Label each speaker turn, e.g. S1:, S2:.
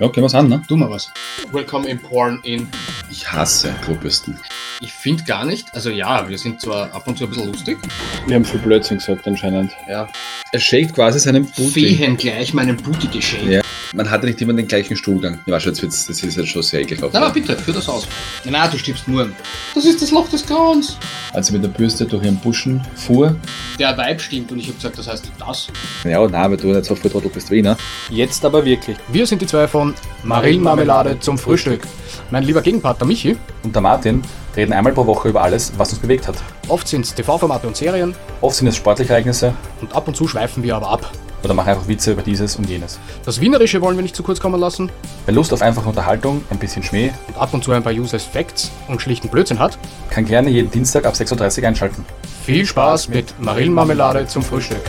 S1: Ja, okay, was an, ne?
S2: Du mal was.
S3: Willkommen im Porn Inn.
S1: Ich hasse Klobürsten.
S3: Ich finde gar nicht, also ja, wir sind zwar ab und zu ein bisschen lustig.
S4: Wir haben viel Blödsinn gesagt anscheinend.
S3: Ja.
S1: Er shakt quasi seinen Booty.
S3: Fehen gleich meinen Booty geschenkt.
S1: Ja. Man hat ja nicht immer den gleichen Stuhlgang. Ich weiß schon, jetzt wird's, das ist jetzt schon sehr ekelhaft.
S3: Na, na bitte, führ das aus. Na, na, du stirbst nur. Das ist das Loch des Grauens.
S4: Als ich mit der Bürste durch ihren Buschen fuhr.
S3: Der Weib stimmt und ich habe gesagt, das heißt das.
S1: ja, na, aber du nicht so voll Trottel bist wie, ne?
S4: Jetzt aber wirklich.
S5: Wir sind die zwei von Marillenmarmelade zum Frühstück. Mein lieber Gegenpart, der Michi.
S4: Und der Martin reden einmal pro Woche über alles, was uns bewegt hat.
S5: Oft sind es TV-Formate und Serien
S4: Oft sind es sportliche Ereignisse
S5: und ab und zu schweifen wir aber ab.
S4: oder machen einfach Witze über dieses und jenes.
S5: Das Wienerische wollen wir nicht zu kurz kommen lassen
S4: Wer Lust auf einfache Unterhaltung, ein bisschen Schmäh,
S5: und ab und zu ein paar Useless Facts und schlichten Blödsinn hat.
S4: kann gerne jeden Dienstag ab 6.30 Uhr einschalten.
S5: Viel Spaß mit Marillenmarmelade zum Frühstück.